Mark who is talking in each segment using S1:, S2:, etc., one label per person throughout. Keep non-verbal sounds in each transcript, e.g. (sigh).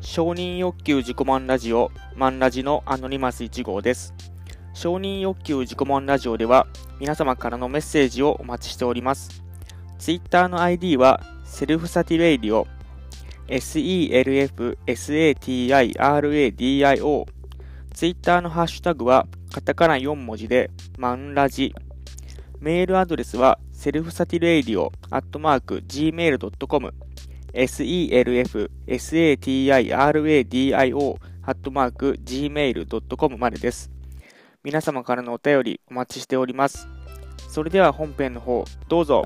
S1: 承認欲求自己満ラジオ、マンラジのアノニマス1号です。承認欲求自己満ラジオでは、皆様からのメッセージをお待ちしております。Twitter の ID は、セルフサティレイディオ、selfsatiradio。Twitter のハッシュタグは、カタカナ4文字で、マンラジ。メールアドレスは、セルフサティレイディオ、アットマーク、gmail.com。selfsatiradio アットマーク gmail.com までです。皆様からのお便りお待ちしております。それでは本編の方、どうぞ。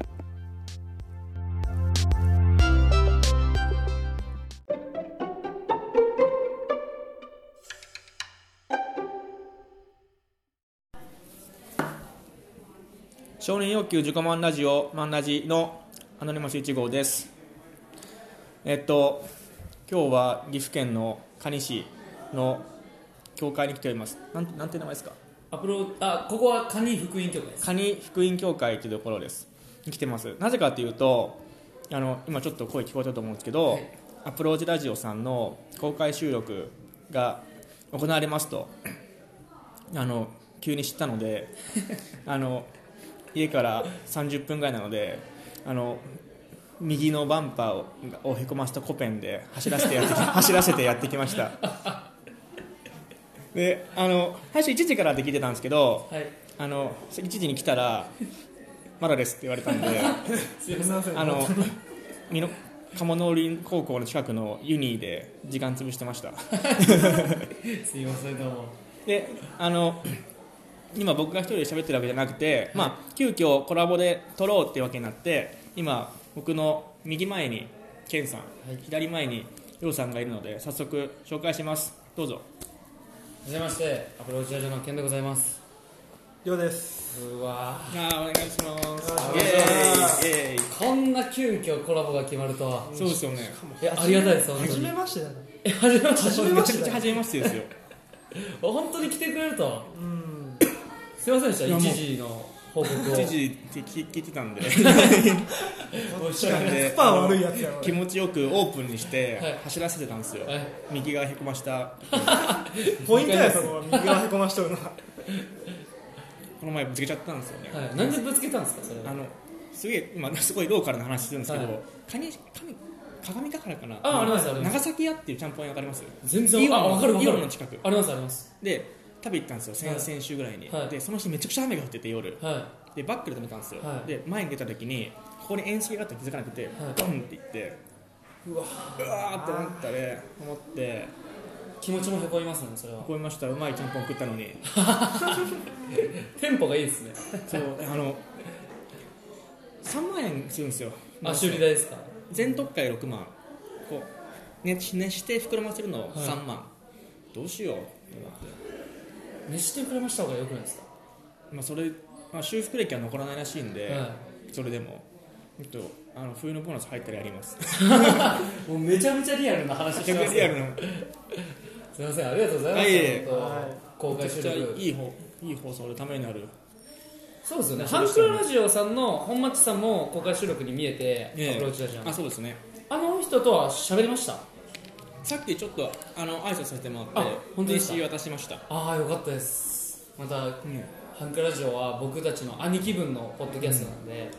S1: 承認要求自己満ラジオ、マンラジのアノニマス1号です。えっと今日は岐阜県の可児市の教会に来ております。なんなんて名前ですか？
S2: アプロあここはカニ福音教会です
S1: カニ福音教会というところです。に来てます。なぜかというとあの今ちょっと声聞こえたと思うんですけど、
S2: はい
S1: アプローチラジオさんの公開収録が行われますとあの急に知ったの
S2: (laughs)
S1: であの家から30分ぐらいなのであの右のバンパーををへこましたコペンで走らせて
S2: (laughs)
S1: やってき走らせてやってきましたであの最初1時からで聞いてたんですけど
S2: はい
S1: あの1時に来たら「まだです」って言われた (laughs) んで
S2: すいません
S1: あの美濃鴨農林高校の近くのユニーで時間潰してました
S2: すいませんどうも
S1: であの今僕が一人で喋ってるわけじゃなくて、まあ、急遽コラボで撮ろうってわけになって今僕の右前にケンさん、左前にヨウさんがいるので早速紹介しますどうぞ
S2: はじめましてアプローチラジオのケンでございます
S3: りょうです。
S2: うわ
S1: あーお願いします
S2: お願いします
S1: イエーイイエーイ
S2: こんな急遽コラボが決まるとは
S1: そうですよね
S2: いやありがたいです本当
S3: 初
S2: に
S3: めましてだね。
S2: え初めまして
S3: 初め
S1: め
S3: ま
S1: ちゃく
S3: し
S1: ち
S3: て
S1: ゃ初めましてですよ
S2: 本当に来てくれるとは
S3: うん。
S2: すいませんでした
S1: いやもう
S2: 一時の報告を
S1: 一時って聞聞いてた
S2: (laughs)
S1: んで
S2: おっしゃ
S1: なんで
S3: スパ悪いやつや
S1: 気持ちよくオープンにして
S2: はい
S1: 走らせてたんですよ、
S2: はい
S1: 右がへこました
S3: ポイントやそこ、右側へこましとるのは。
S1: この前ぶつけちゃったんですよね、
S2: はいなんでぶつけたんですかそれ
S1: あ
S2: は
S1: のすげえ今すごいローカルな話してるんですけど、
S2: はい
S1: カニカニ鏡だからかな
S2: あありますあります
S1: 長崎屋っていうちゃんぽん屋わかります
S2: 全
S1: イ
S2: 然
S1: オン
S2: あわかるわか
S1: イオン
S2: る
S1: の近く
S2: ありますあります
S1: で食べ行ったんですよ先,、
S2: はい
S1: 々週ぐらいに、
S2: はい
S1: でその日めちゃくちゃ雨が降ってて夜
S2: はい
S1: でバックで止めたんですよ、
S2: はい
S1: で前に出た時にここに円錐があったの気づかなくて、ドンっていってうわーって思ったね思って
S2: 気持ちもへこみますねそれは
S1: 思いましたうまいちゃんぽん食ったの
S2: (laughs)
S1: に
S2: テンポがいいですね
S1: そうあの3万円するんですよ
S2: あ修理代ですか
S1: 全特会6万こう熱熱して膨らませるの
S2: はい
S1: 3万、どうしようって思って、
S2: 熱してくれました方が良くないですか
S1: まあ、それ、まあ、修復歴は残らないらしいんで、
S2: は
S1: それでもちょっとあの冬のボーナス入ったりあります
S2: (laughs) いもうめちゃめちゃリアルな話
S1: め
S2: し
S1: ち
S2: て
S1: ゃ
S2: ま
S1: く
S2: す
S1: ちゃリア
S2: ね
S1: ルな
S2: すみません、ありがとうございます。
S1: はいいえ
S2: 本当
S3: はい
S2: 公
S1: めち
S2: 開
S1: ゃ
S2: 収
S1: くちゃ
S2: 録。
S1: いい放いい放送のためになる
S2: そうですよね。
S1: そう
S2: ハ
S1: で
S2: ン
S1: す
S2: ク
S1: よね
S2: ロラジオさんの本町さんも公開収録に見えて、
S1: ええ
S2: アプローチラジオ
S1: あ
S2: の。
S1: そうですね
S2: あの人とは喋りました。
S1: さっきちょっとあの挨拶させてもらって
S2: あ本当ですか
S1: 名刺渡しました、
S2: ああ、よかったです。また、
S1: うん
S2: ハンクラジオは僕たちの兄貴分のポッドキャストなんで、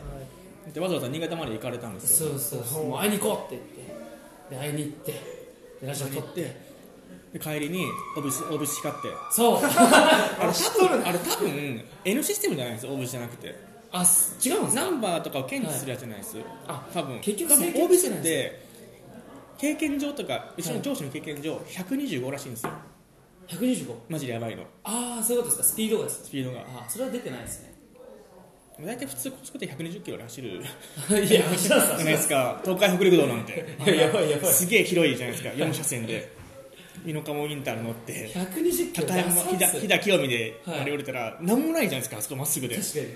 S1: でわざわざ新潟まで行かれたんです
S2: そ
S1: よ
S2: うそうそう、もう会いに行こうって言って、で会いに行って、でラジオ撮って、
S1: で帰りにオブスオブス光って
S2: (laughs) そう、
S1: あれ多分あれ多分 N システムじゃないんですよオブスじゃなくて
S2: あす違うんです
S1: ナ
S2: か
S1: ンバーとかを検知するやつじゃないですよ、
S2: あ
S1: 多分
S2: 結局
S1: 多
S2: 整
S1: 分
S2: 形
S1: オブ
S2: して
S1: ス
S2: ない
S1: っ
S2: んで
S1: て経験上とかうちの上司の経験上125らしいんですよ
S2: ?125。
S1: マジでやばいの
S2: ああ、そういうことですか、スピードがです。
S1: スピードが
S2: ああ、それは出てないですね。
S1: 大体普通こそこで120キロで走る
S2: (laughs) い (laughs) や、走ら
S1: じゃ
S2: さ
S1: ないですか東海北陸道なんて
S2: いや (laughs) やばいやばい
S1: すげえ広いじゃないですか4車線で美濃加茂インター乗って
S2: 120キロ
S1: 高山
S2: ダサいっす
S1: 飛騨清見であれ降りたら何もないじゃないですかあそこまっすぐで
S2: 確かに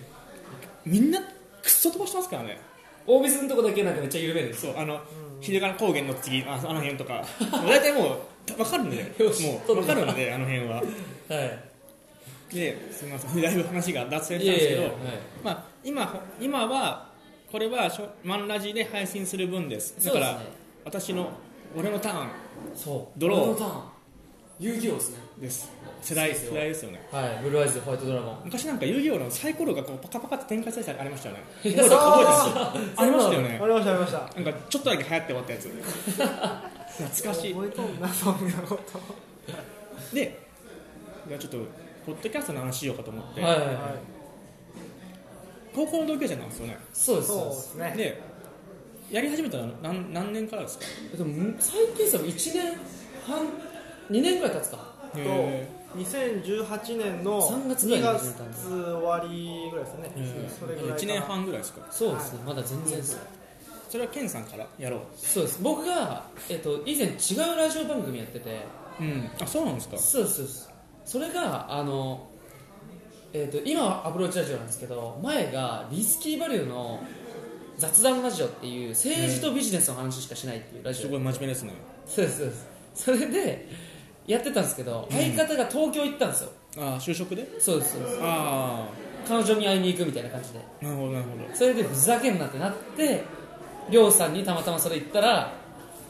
S1: みんなクソ飛ばしてますからね
S2: 大水のとこだけなんかめっちゃ緩めるんです
S1: そうあの秀川高原の次ああの辺と
S2: (laughs)
S1: かもう大体もう分かるんで
S2: よし
S1: もう分かるんであの辺は
S2: はい
S1: ですみませんだいぶ話が脱線
S2: い
S1: したん
S2: や
S1: ですけ
S2: い
S1: ど
S2: やはい
S1: まあ、今今はこれはしょマンラジで配信する分ですだから
S2: そうですね
S1: 私の俺のターン
S2: そう
S1: ドロー
S2: 俺のターン遊戯王ですね
S1: です世代
S2: そうですよ
S1: 世代ですよね
S2: はいブルーアイズホワイトドラゴン
S1: 昔なんか遊戯王のサイコロがこうパカパカって展開されたりありましたよね
S2: い
S1: 覚え
S2: や
S1: て
S2: そう
S1: ますありましたよ
S3: あり
S1: ね
S3: ましたありました
S1: なんかちょっとだけ流行って終わったやつ懐かしい
S3: 覚えとんなそんなこと
S1: でいやちょっとポッドキャストの話しようかと思って、
S2: はいはいはい
S3: はい
S1: 高校の同級生なんですよね
S2: そうです
S3: そう
S2: そう
S3: で
S2: です
S3: すね
S1: でやり始めたのは何何年からですか
S2: でもむ最近さ1年半2年ぐらい経つか
S3: と
S1: へ
S3: 2018年の
S2: 3月ぐらい
S3: 2
S2: に
S3: 月
S2: 始めたんです
S3: 終わりぐらいですね
S1: え
S3: それぐらいかな
S1: 1年半ぐらいですか
S2: そうですねまだ全然です
S1: それはケンさんからやろう
S2: そうです僕が、えっと以前違うラジオ番組やってて
S1: うんあそうなんですか
S2: そうですそうですそれがあの、えっと今はアプローチラジオなんですけど前がリスキーバリューの雑談ラジオっていう政治とビジネスの話しかしないっていうラジオ
S1: すごい真面目ですね
S2: そうですそうですそれでやってたんですけど相方が東京行ったんですよ、
S1: ああ就職で
S2: そうですそうです
S1: あ
S2: 彼女に会いに行くみたいな感じで
S1: あなるほどなるほど
S2: それでふざけんなってなってりょうさんにたまたまそれ言ったら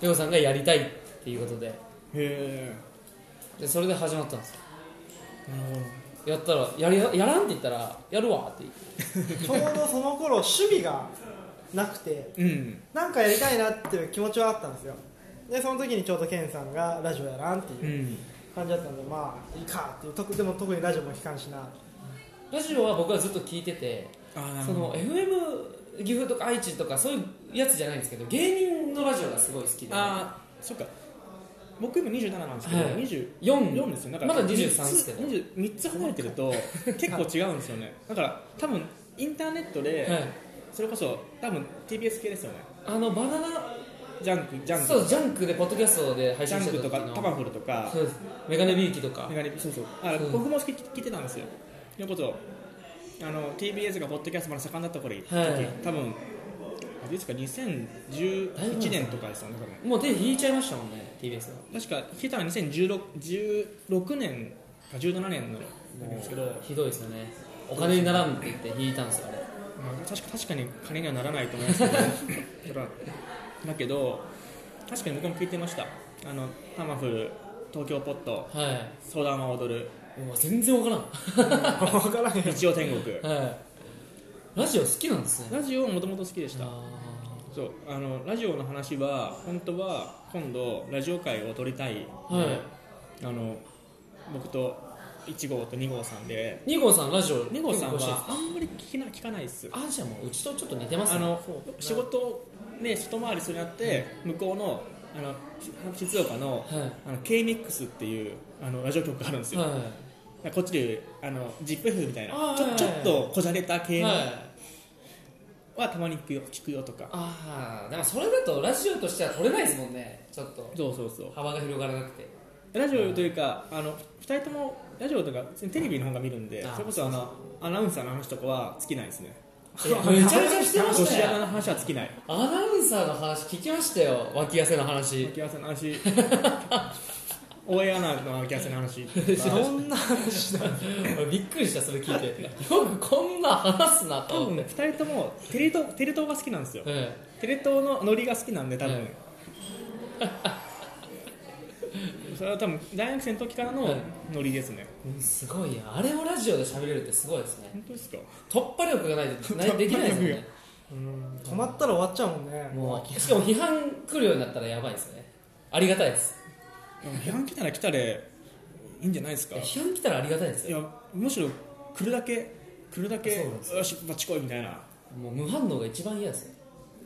S2: りょうさんがやりたいっていうことで
S1: へ
S2: でそれで始まったんですよ
S1: えなるほど
S2: やったらやりやらんって言ったらやるわって言って
S3: ちょうどその頃守備がなくて
S1: うん
S3: なんかやりたいなっていう気持ちはあったんですよでその時にちょうどケンさんがラジオやらんって
S1: う
S3: いうん感じだったんでまあいいかっていう特でも特にラジオも聞かんし (laughs) な
S2: ラジオは僕はずっと聞いてて
S1: ああなる
S2: そ
S1: ほど
S2: の FM 岐阜とか愛知とかそういうやつじゃないんですけど芸人のラジオがすごい好きで
S1: ああそっか僕今27なんですけど、
S2: はい
S1: 20 4
S2: 4
S1: ですよだ
S2: ま
S1: から
S2: だ23ですけど
S1: 3つ20 3つ離れてると結構違うんですよねだから多分インターネットで、
S2: はい
S1: それこそ多分 TBS 系ですよね
S2: あのバナナ
S1: ジャンクジャンク
S2: そうジャンクでポッドキャストで配
S1: ジ
S2: 信
S1: ャ
S2: し
S1: ン
S2: て
S1: ク
S2: た
S1: と
S2: 時
S1: か
S2: の
S1: タパフルとか
S2: そうですメガネビーキとか
S1: メガネそうそうあ
S2: そう
S1: 僕も聞聞いてたんですよそれこそあの TBS がポッドキャストまで盛んだった頃、
S2: はい
S1: 多分あれですか2011年とかですよね多分
S2: もう手引いちゃいましたもんね TBS は
S1: 確か聞いたのは2016 16年か17年のなんですけど、
S2: ひどいですよねお金にならんって言って引いたんですよあれ
S1: まあ、確か確かに金にはならないと思いますけどただだけど確かに僕も聞いてましたあのタマフル東京ポット
S2: は
S1: 相談は踊る
S2: いもう全然わか
S3: 分からへん
S1: 日曜天国
S2: らんはいラジオ好きなんですね
S1: ラジオもともと好きでした
S2: あ
S1: そうあのラジオの話は本当は今度ラジオ会を撮りたい、
S2: ーは
S1: あの僕と1号と2号さんで
S2: い2号さんラジオ
S1: 2号さん
S2: よくご出演
S1: はあんまり聞きな聞かないっす
S2: あじゃあもううちとちょっと似てます
S1: あ
S2: ね
S1: の
S3: そう
S1: 仕事ね外回りするようになって向こうのあのし静岡の
S2: はい
S1: あの KMIX っていうあのラジオ局があるんですよ、
S2: は
S1: こっちでいうあの ZIPF みたいな
S2: あー
S1: ちょ
S2: はい
S1: ちょっとこじゃれた
S2: い
S1: 系
S2: はい
S1: はたまに聞くよ聞くよとか
S2: ああでもそれだとラジオとしては取れないですもんねちょっと
S1: そうそうそう
S2: 幅が広がらなく
S1: (laughs)
S2: て
S1: ラジオというか、あの2人ともラジオとか普通にテレビの方が見るんで
S2: あ
S1: それこそあのアナウンサーの話とかは尽きないですね
S2: えめちゃめちゃしてま
S1: 女
S2: し
S1: 子ア
S2: た
S1: ナ
S2: よ
S1: の話は尽きない (laughs)
S2: アナウンサーの話聞きましたよ脇汗の話 (laughs)
S1: 脇き合わせの (laughs) 話大江アナの脇き合わせの話 (laughs) とか
S3: そんな話だ
S2: 俺びっくりしたそれ聞いてよくこんな話すなと
S1: 多
S2: 思
S1: 分
S2: っ
S1: ね
S2: て、
S1: 2人ともテレ東テレ東が好きなんですよ
S2: うん
S1: テレ東のノリが好きなんで多分、
S2: うん
S1: (laughs) それは多分大学生の時からのノリですね、
S2: うんすごいやあれをラジオで喋れるってすごいですね
S1: 本当ですか
S2: 突破力がない
S1: (laughs)
S2: とないできないですよね
S3: うん止まったら終わっちゃうもんね
S2: もうしかも批判来るようになったらやばいですよねありがたいです
S1: でも批判来たら来たでいいんじゃないです
S2: い
S1: か
S2: や批判来たらありがたいです
S1: い
S2: よ
S1: やむしろ来るだけ来るだけ
S2: そうなんです
S1: よしバチこいみたいな
S2: もう無反応が一番嫌ですよ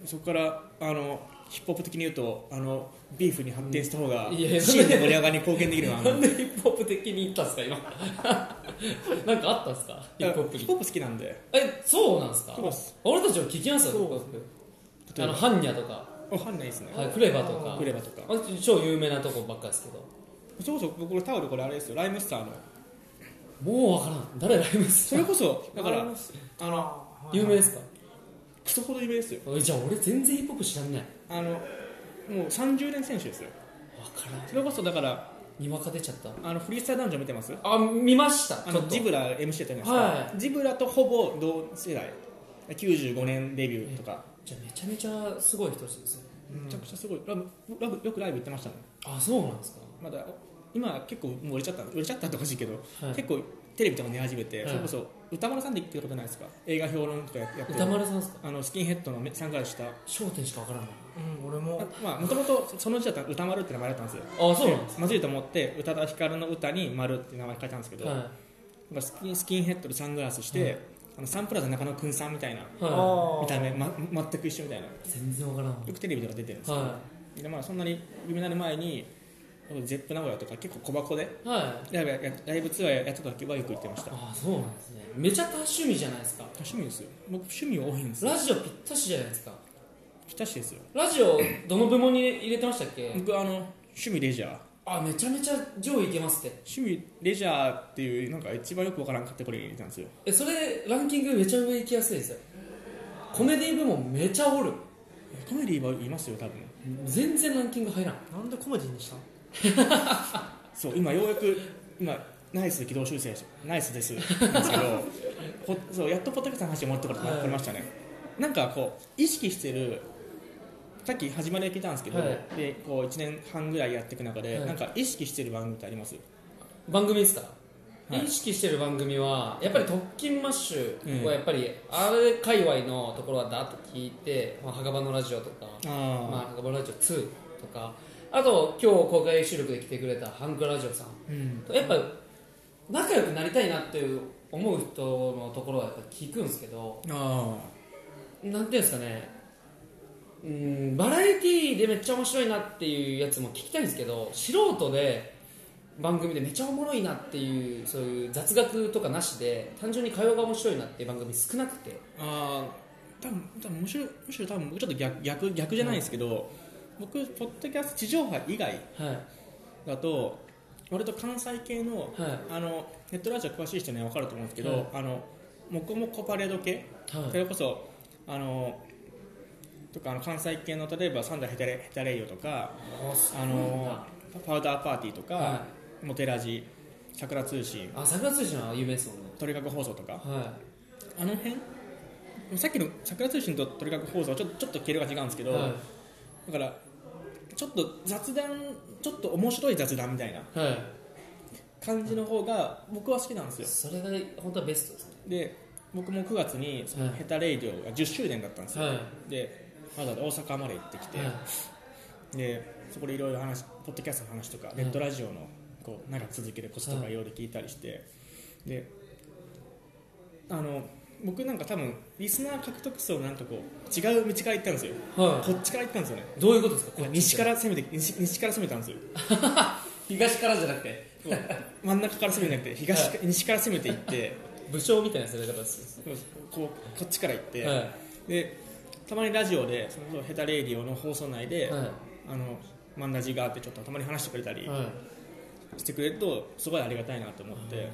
S1: そこからあのヒップホップ的に言うとあのビーフに発展した方が
S2: うんいや
S1: シーンの盛り上がりに貢献できるな
S2: なんでヒップホップ的に言ったんですか今 (laughs) なんかあったんですか (laughs) ヒップホップ
S1: ヒッ
S2: に
S1: プホップ好きなんで
S2: えそうなんですか
S1: そうです
S2: 俺たちも聞きますよ
S3: そう
S2: ヒップホップ
S1: 例
S2: あ
S1: え
S2: の
S1: ば
S2: ハンニャとか、
S1: おはんないですね、
S2: はい、クレバとか
S1: クレバとか
S2: あ超有名なとこばっかですけど
S1: それこそ僕のタオルこれあれですよライムスターの
S2: もうわからん誰ライムス
S1: それこそだから
S3: ライム
S1: あの
S3: あ
S2: 有名ですか
S1: クソほど有名ですよ
S2: えじゃあ俺全然ヒップホップ知らないわ
S1: あのもう30年選手ですよ
S2: からん
S1: それこそだから
S2: にわか出ちゃった
S1: あのフリースタイルダンジョン見てます
S2: あ見ました
S1: あ
S2: ちょっ
S1: の
S2: と
S1: ジブラ MC やったじゃないですか、
S2: は
S1: ジブラとほぼ同世代95年デビューとか
S2: じゃあめちゃめちゃすごい人たちですよ
S1: めちゃくちゃすごいラブラブよくライブ行ってましたね
S2: あそうなんです
S1: まだ今結構もう売れちゃった売れちゃったっておかしいけど、
S2: か、はい、
S1: 結構テレビとか出始めて、
S2: はい
S1: それこそ歌丸さんで言ってることないですか映画評論とかやってる
S2: 歌丸さんですか
S1: あのスキンヘッドの参加した
S2: 『笑点』しかわからない
S3: うん俺も
S1: まあもともとそのうちだったら歌丸って名前だったんですよ
S2: あそうなんで
S1: まずいと思って宇多田ヒカルの歌に「丸って名前書いたんですけ
S2: す
S1: ど、
S2: か、
S1: な
S2: は
S1: んかスキンスキンヘッドでサングラスして、
S2: はい
S1: あのサンプラザ中野くんさんみたいない
S2: は
S3: ああ
S1: 見た目、ま、全く一緒みたいなよ
S2: い、全然わからんはい
S1: くテレビとか出てるんですよ、
S2: は
S1: でまあ、そんなに有名になる前にゼップ名古屋とか結構小箱で
S2: いあ
S1: ライブやライブツアーやった時はよく行ってました
S2: そうなんですねめちゃ多趣味じゃないですか
S1: 趣味ですよ僕趣味多いんですよ
S2: ラジオぴったしじゃないですか
S1: 不たしですよ
S2: ラジオどの部門に入れてましたっけ
S1: 僕あの趣味レジャー
S2: あめちゃめちゃ上位いけますって
S1: 趣味レジャーっていうなんか一番よくわからんカテゴリーに入れたんですよ
S2: えそれランキングめちゃ上行きやすいですよコメディ部門めちゃおる
S1: コメディはいますよ多分
S2: 全然ランキング入らん
S3: なんでコメディにしたの
S1: そう今ようやく今ナイス軌道修正しナイスですなんですけ
S2: (laughs)
S1: どほそうやっとポッドキャストの話を持ってこれ
S2: はい
S1: これましたね、なんかこう意識してるさっき始まりで聞いたんですけど、
S2: はい
S1: でこう1年半ぐらいやっていく中で、
S2: はい
S1: なんか意識してる番組ってあります
S2: 番組ですか、
S1: はい
S2: 意識してる番組はやっぱり「特勤マッシュ」
S1: う
S2: は
S1: ん
S2: やっぱりあれ界隈のところはだっと聞いて「まあ、墓場のラジオ」とか
S1: あ
S2: 「まあ、
S1: あ、
S2: 墓場のラジオ2」とかあと今日公開収録で来てくれたハンクラジオさん
S1: うん
S2: やっぱ仲良くなりたいなっていう思う人のところはやっぱ聞くんですけど
S1: あ
S2: なんていうんですかねうんバラエティーでめっちゃ面白いなっていうやつも聞きたいんですけど素人で番組でめちゃおもろいなっていうそういう雑学とかなしで単純に会話が面白いなっていう番組少なくて
S1: ああー多分多分むしろむしろ多分僕ちょっと逆逆逆じゃないですけど、僕ポッドキャスト地上波以外
S2: はい
S1: だと割と関西系の
S2: はい
S1: あのネットラジオ詳しい人には分かると思うんですけど、
S2: はい
S1: あのもこもこパレード系、そ
S2: はい
S1: れこそあのとかあの関西系の例えば「サンダーヘタレヘタレイヨ」とか「あのパウダーパーティー」とか「
S2: は
S1: モテラジ」「桜通信」
S2: あ桜通信は有名ですもんね
S1: 「鳥かご放送」とか
S2: は
S1: あの辺さっきの桜通信と鳥かご放送はちょっとちょっと毛色が違うんですけ
S2: い
S1: ど、
S2: は、
S1: だからちょっと雑談ちょっと面白い雑談みたいない
S2: はい、
S1: 感じの方が僕は好きなんですよ
S2: それが本当はベストです
S1: で僕も9月にその
S2: はい
S1: ヘタレイディオが10周年だったんです
S2: ね
S1: よ、
S2: はい
S1: でわざわざ大阪まで行ってきて、
S2: はい
S1: でそこでいろいろ話ポッドキャストの話とか、
S2: い
S1: ネットラジオのこう長く続けるコツとかいろいろ聞いたりして、であの僕なんか多分リスナー獲得層なんかこう違う道から行ったんですよ
S2: は
S1: こっちから行ったんですよね
S2: い、どういうことですかこっち
S1: 西から攻めて西西から攻めたん (laughs) ですよ
S2: 東からじゃなくて
S1: そう真ん中から攻めなくて東か、
S2: は
S1: 西から攻めてい (laughs) って
S2: 武将みたいな攻め方です
S1: そうこうこっちから行って、
S2: はい
S1: でたまにラジオでそのヘタレイディオの放送内で、
S2: は
S1: あのマンダジがあってちょっとたまに話してくれたり
S2: いはい
S1: してくれるとすごいありがたいなと思って、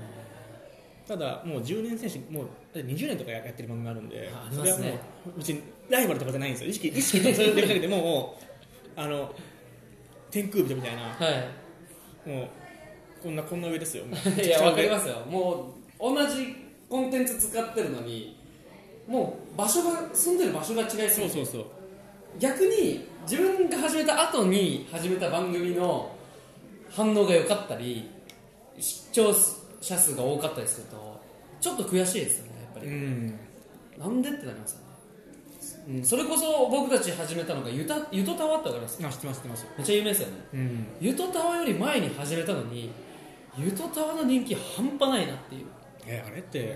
S1: ただもう10年選手もうだって20年とかややってる番組があるんで
S2: あありますね
S1: それはもううちライバルとかじゃないんですよ意識意識とそれだけでもうあの天空人みたいな
S2: はい
S1: もうこんなこんな上ですよもう
S2: (laughs) いや、わかりますよ。もう、同じコンテンツ使ってるのに、もう、場所が、住んでる場所が違いす
S1: そ
S2: ぎ
S1: う
S2: て
S1: そうそう
S2: 逆に、自分が始めた後に始めた番組の反応が良かったり、視聴者数が多かったりすると、ちょっと悔しいですよね、やっぱ
S1: う
S2: り。
S1: ん
S2: なんでってなりますよね。うん、それこそ僕たち始めたのがゆたゆとたわってわかります
S1: あ知ってます知ってます
S2: めっちゃ有名ですよね
S1: うん
S2: ゆとたわより前に始めたのにゆとたわの人気半端ないなっていう
S1: えあれって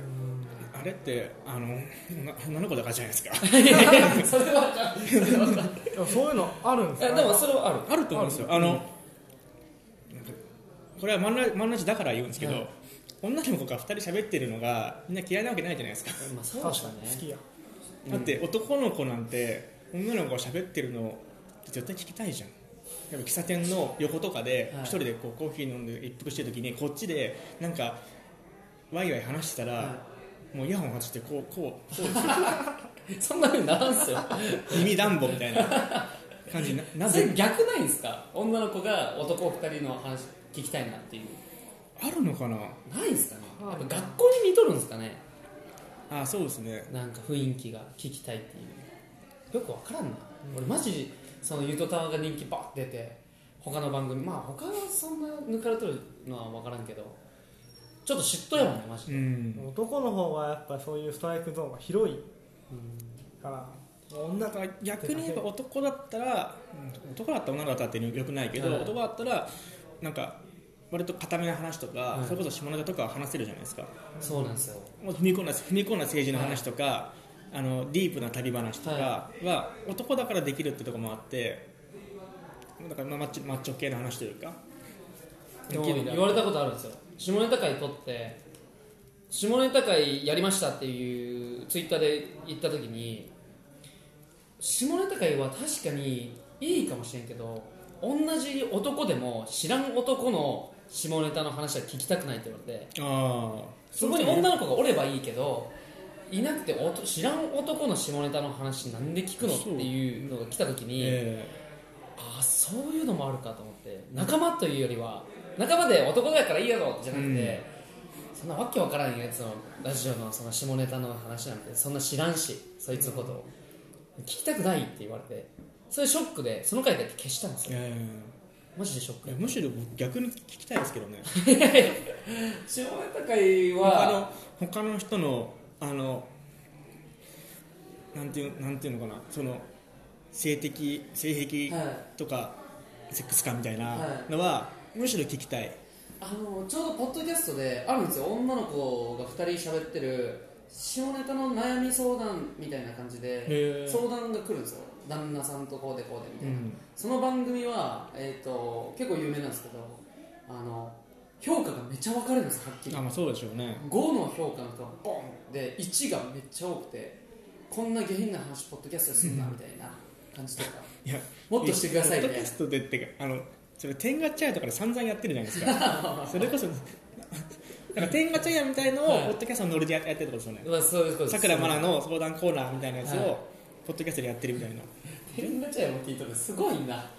S1: あれってあのな女の子だからじゃないですか (laughs)
S2: いやいやそれはあかんそれはあかん
S3: でもそういうのあるんです
S2: え
S3: ね
S2: でもそれはある
S1: あると思うんですよあの、なんかこれは真ん中真ん中だから言うんですけど、
S2: はい
S1: 女の子が2人喋ってるのがみんな嫌いなわけないじゃないですか、
S2: まあそうだ
S3: 確か
S2: ね
S3: に好きや
S2: うん
S1: だって男の子なんて女の子が喋ってるの絶対聞きたいじゃんやっぱ喫茶店の横とかで
S2: はい
S1: 一人でこうコーヒー飲んで一服してる時にこっちでなんかワイワイ話してたら、
S2: は
S1: もうイヤホン外してこうこうこうですよ
S2: そんなふうにならんすよ
S1: 耳暖房みたいな感じにな
S2: (laughs)
S1: な
S2: それ
S1: ぜ
S2: 逆ないんですか女の子が男2人の話聞きたいなっていう
S1: あるのかな
S2: ないんですかねやっぱ学校に似とるんですかね
S1: あそうですね
S2: なんか雰囲気が聞きたいっていうよくわからんな、俺マジそのゆとたわが人気バーって出て他の番組まあ他はそんな抜かれとるのはわからんけどちょっと嫉妬やもんねマジで、
S1: うん
S3: 男の方はやっぱそういうストライクゾーンが広いから
S1: だ
S3: 女と
S1: から逆に言えば男だったらうん男だったら女だったらってよくないけど、
S2: はい
S1: 男だったらなんか割と固めな話とか、
S2: はい
S1: それこそ下ネタとかは話せるじゃないですか
S2: そうなんですよ
S1: もう踏み込んだ踏み込んだ政治の話とか、あのディープな旅話とかは男だからできるってところもあってだからまあマッチョマッチョ系の話というか
S2: でも言われたことあるんですよ下ネタ会撮って下ネタ会やりましたっていうツイッターで言った時に下ネタ会は確かにいいかもしれんけど同じ男でも知らん男の下ネタの話は聞きたくないって言われて
S1: ああ
S2: そこに女の子がおればいいけどいなくておと知らん男の下ネタの話なんで聞くのっていうのが来た時に、
S1: え
S2: ああそういうのもあるかと思って仲間というよりは仲間で男だからいいやろじゃなくて、そんなわけわからんやつのラジオのその下ネタの話なんてそんな知らんしそいつのことを聞きたくないって言われてそれショックでその回だけ消したんです
S1: え
S2: よ
S1: え
S2: マジでショッ
S1: え
S2: ク
S1: むしろ僕逆に聞きたいですけどね
S2: 下ネタ会
S1: 他の他の人のあのなんていうなんていうのかなその性的性癖
S2: はい
S1: とか、セックス感みたいな
S2: は
S1: のは、むしろ聞きたい
S2: あのちょうどポッドキャストであるんですよ女の子が2人喋ってる下ネタの悩み相談みたいな感じ
S1: へ
S2: で
S1: ー
S2: 相談が来るんですよ旦那さんとこうでこうでみたいな、
S1: うん
S2: その番組は、えー、と結構有名なんですけどあの評価がめっちゃ分かれるんですよはっきり
S1: あまあそうでしょうね
S2: 5の評価の人がボンで1がめっちゃ多くてこんな下品な話ポッドキャストでするなみたいな感じとか
S1: (laughs) いや
S2: もっとしてください
S1: ポ
S2: み
S1: ッドキ
S2: たい
S1: ャ
S2: な
S1: ストでってかあのそれ天ガチャヤとかで散々やってるじゃないです
S2: (laughs)
S1: かそれこそ (laughs) なんか天ガチャヤみたいのを
S2: はい
S1: ポッドキャストのノリでやってるってことですよね
S2: まあそういうことです
S1: さくらまなの相談コーナーみたいなやつを、
S2: はい
S1: ポッドキャストでやってるみたいな
S2: テレンガチャヤも聞いとるすごいな
S1: ガ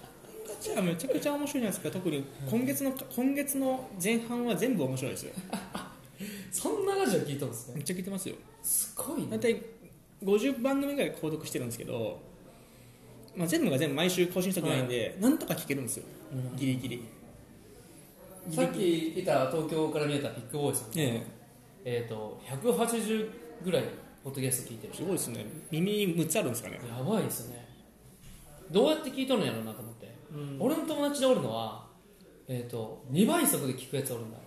S1: チャめちゃくちゃ面白いじゃないですか特に今月の今月の前半は全部面白いですよ
S2: そんなラジオ聞いたんですね
S1: めっちゃ聞いてますよ
S2: すごい
S1: 大
S2: ね
S1: 体50番組ぐらい購読してるんですけど、まあ、全部が全部毎週更新したくないんで、なんとか聞けるんですよギリギリ
S2: さっきいた東京から見えたビッグボーイさん
S1: え
S2: えっ、と180ぐらいポッドキャスト聞いてる
S1: えす
S2: 人
S1: ごいですね耳6つあるんですかね
S2: やばいですねどうやって聞いとるんやろうなと思って、俺の友達でおるのは、えー、と2倍速で聞くやつおるんだ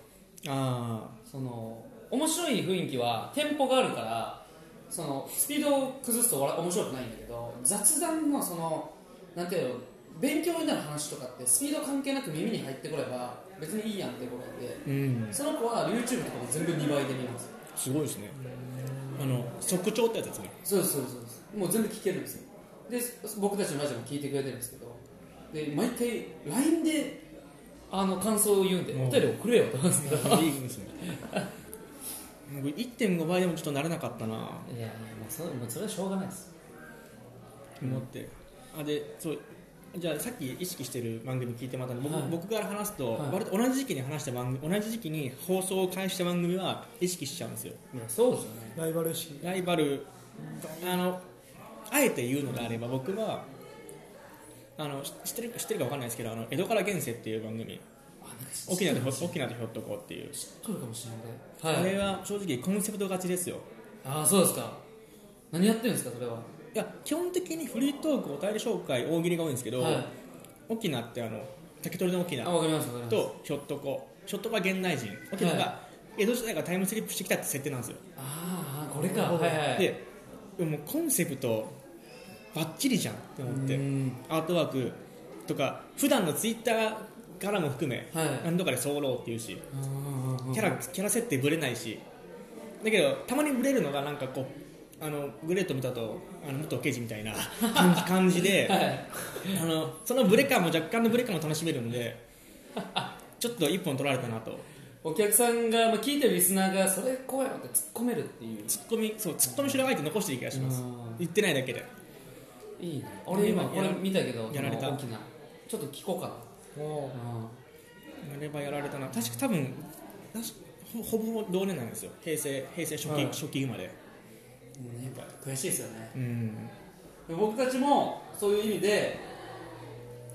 S1: あ
S2: その面白い雰囲気はテンポがあるからそのスピードを崩すとわら面白くないんだけど雑談のそのなんていうの勉強になる話とかってスピード関係なく耳に入ってこれば別にいいやんってことなんで
S1: あうん
S2: その子は YouTube とかも全部2倍で見ます
S1: すごいですねあの即調ってやつ (laughs) ですね
S2: そうですそうですそうですもう全部聞けるんですよで僕たちのラジオも聞いてくれてるんですけどで毎回 LINE であの感想を言うんで
S1: うん
S2: お便り送れよと思うんですけど
S1: いいですね (laughs) 僕1.5倍でもちょっと慣れなかったない
S2: やいやもうそれもうそれはしょうがないです
S1: 思って、あでそうじゃあさっき意識してる番組聞いてまた僕,、
S2: はい
S1: 僕から話すと、
S2: はい
S1: 割と同じ時期に話した番組同じ時期に放送を開始した番組は意識しちゃうんですよ
S2: いやそうですよね
S3: ライバル意識
S1: ライバルあのあえて言うのであれば僕はあのし知ってる知ってるか分かんないですけど「あの江戸から現世」っていう番組
S2: あなんか知っ
S1: 沖
S2: て
S1: 縄
S2: る
S1: で
S2: か
S1: ほ
S2: もしれない
S1: 沖縄でひょっとこうっていう、
S2: 知っとるかもしれ
S1: あ
S2: ないはい
S1: れは正直コンセプト勝ちですよ
S2: ああそうですか何やってるんですかそれはい
S1: や基本的にフリートークお便り紹介大喜利が多いんですけど、
S2: はい
S1: 沖縄ってあの竹取の沖縄
S2: あわかりますわかります
S1: とひょっとこひょっとこは現代人沖縄が江戸時代からタイムスリップしてきたって設定なんですよ、
S2: ああこれかはいはい
S1: ででもコンセプトバッチリじゃんって思っ
S2: う
S1: て
S2: ん
S1: アートワークとか普段のツイッターからも含め、
S2: はい
S1: 何度かで候っていうし
S2: うんうんうんうん
S1: キャラキャラ設定ぶれないしだけどたまにぶれるのがなんかこうあのグレート見たとあの元刑事みたいな感
S2: (laughs)
S1: じ感じで、
S2: はい
S1: あのそのブレ感も若干のブレ感も楽しめるんでちょっと一本取られたなと
S2: お客さんが、まあ、聞いてるリスナーがそれこうやろって突っ込めるっていう
S1: ツッコミそうツッコミ白がいて残してる気がします
S2: うん
S1: 言ってないだけで
S2: いいね俺今
S1: や
S2: これ見たけど
S1: やられた
S2: その大きなちょっと聞こうか
S3: も
S2: なう
S1: や
S2: ん
S1: ればやられたな確か多分確かほほぼほぼ同年なんですよ平成平成初期、
S2: はい
S1: 初期生まれ
S2: やっぱ悔しいですよね
S1: うん
S2: 僕たちもそういう意味で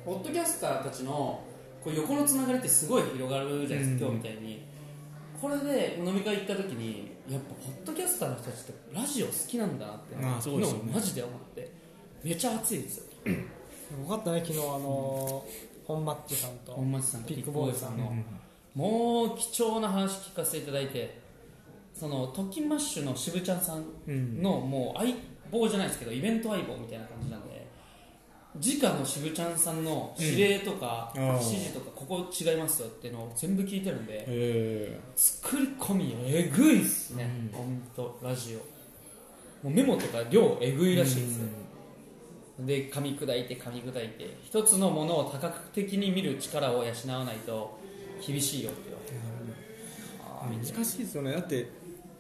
S2: ポッドキャスターたちのこう横のつながりってすごい広がるじゃないですか、
S1: うん
S2: 今日みたいにこれで飲み会行った時にやっぱポッドキャスターの人たちってラジオ好きなんだなって
S1: ああそうですよね
S2: 昨日マジで思ってめちゃ熱いですよ
S3: よかったね昨日あのー本マッチさんと
S2: 本町さんと
S3: ピックボーイさん
S2: ピッ
S3: の
S2: クボーイもう貴重な話聞かせていただいてそのトキマッシュの渋ちゃんさん
S1: うん
S2: のもう相棒じゃないですけどイベント相棒みたいな感じなんで直の渋ちゃんさんの指令とか
S1: うん
S2: 指示とかここ違いますよっていうのを全部聞いてるんで
S1: え
S2: 作り込みえぐいっすね
S1: うん
S2: 本当ラジオもうメモとか量えぐいらしいですよで噛み砕いて噛み砕いて一つのものを多角的に見る力を養わないと厳しいよって言われてあーみたいな
S1: 難しいですよねだって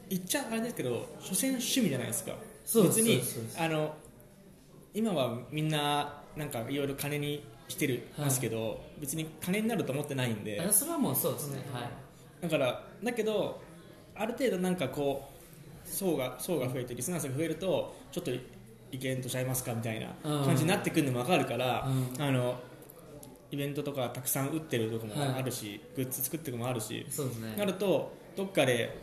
S1: 言っちゃあれですけど所詮趣味じゃないですか
S2: そうです
S1: 別に
S2: そうです
S1: あの今はみんななんかいろいろ金にしてるんですけど、別に金になると思ってないんで
S2: あそれはもうそうですね、はい
S1: だからだけどある程度なんかこう層が層が増えてリスナー数が増えるとちょっと意見とちゃいますかみたいな
S2: うん
S1: 感じになってくるのも分かるから、
S2: うん
S1: あのイベントとかたくさん打ってるとこも
S2: はい
S1: あるし、グッズ作ってるとこもあるし
S2: そうですね
S1: なるとどっかで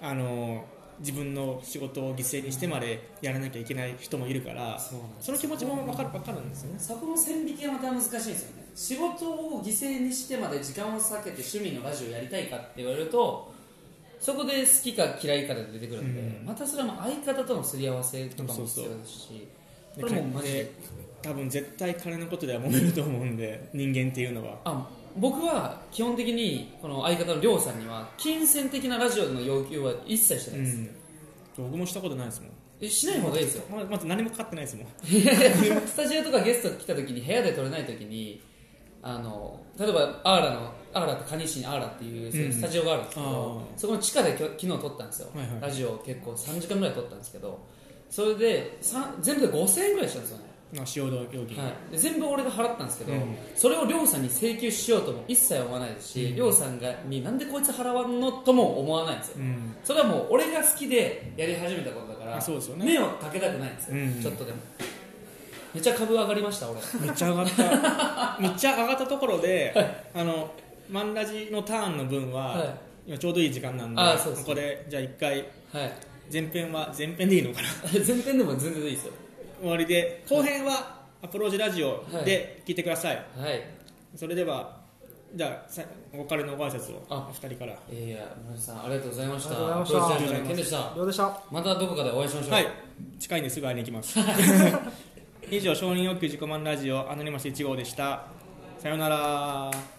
S1: あの自分の仕事を犠牲にしてまでやらなきゃいけない人もいるから
S2: そうなんです
S1: その気持ちも分かる分かるんですよね。
S2: そこの線引きがまた難しいんですよね仕事を犠牲にしてまで時間を避けて趣味のラジオやりたいかって言われるとそこで好きか嫌いかで出てくるんで、
S1: うん
S2: またそれも相方とのすり合わせとか
S1: そ
S2: も
S1: うそ
S2: 必
S1: う
S2: 要ですし
S1: で
S2: これもうマジで
S1: で多分絶対金のことでは揉めると思うんで人間っていうのは。
S2: あ僕は基本的にこの相方のりょうさんには金銭的なラジオの要求は一切してな
S1: う
S2: いです、
S1: ん、僕もしたことないですもん
S2: えしない方がいいですよ
S1: ままず何もかかってないですもん
S2: スタジオとかゲスト来た時に部屋で撮れない時にあの例えばアーラのアーラと蟹市にアーラっていうそういう
S1: うん
S2: スタジオがあるんですけど、
S1: あ
S2: そこの地下できょ昨日撮ったんですよ、
S1: はいはい
S2: ラジオを結構3時間ぐらい撮ったんですけどそれでさん全部で5000円ぐらいしたんですよね、
S1: あ使用料金、
S2: はい、で全部俺が払ったんですけど、
S1: うん
S2: それをりょうさんに請求しようとも一切思わないですし、
S1: うん
S2: りょうさんがになんでこいつ払わんのとも思わないんですよ、
S1: うん
S2: それはもう俺が好きでやり始めたことだから
S1: あそうですよね
S2: 目をかけたくないんですよ、
S1: うん
S2: ちょっとでもめっちゃ株上がりました俺
S1: めっちゃ上がった
S2: (laughs)
S1: めっちゃ上がったところで、あのマンラジのターンの分は、
S2: はい
S1: 今ちょうどいい時間なんで
S2: あそうそう
S1: ここでじゃあ一回
S2: はい
S1: 前編は前編でいいのかな
S2: 前編でも全然いいですよ
S1: 終わりで後編はアプローチラジオで聞いてください、
S2: はい
S1: それではじゃあさお別れのご挨拶を
S2: あ
S1: お二人から
S2: いやいや村瀬さんありがとうございました
S3: ありがとうございました
S2: プロデューサーの健でした
S3: ようでした
S2: またどこかでお会いしましょう
S1: はい近いんですぐ会いに行き
S2: (laughs)
S1: ます以上承認欲求自己満ラジオアノニマス1号でしたさようなら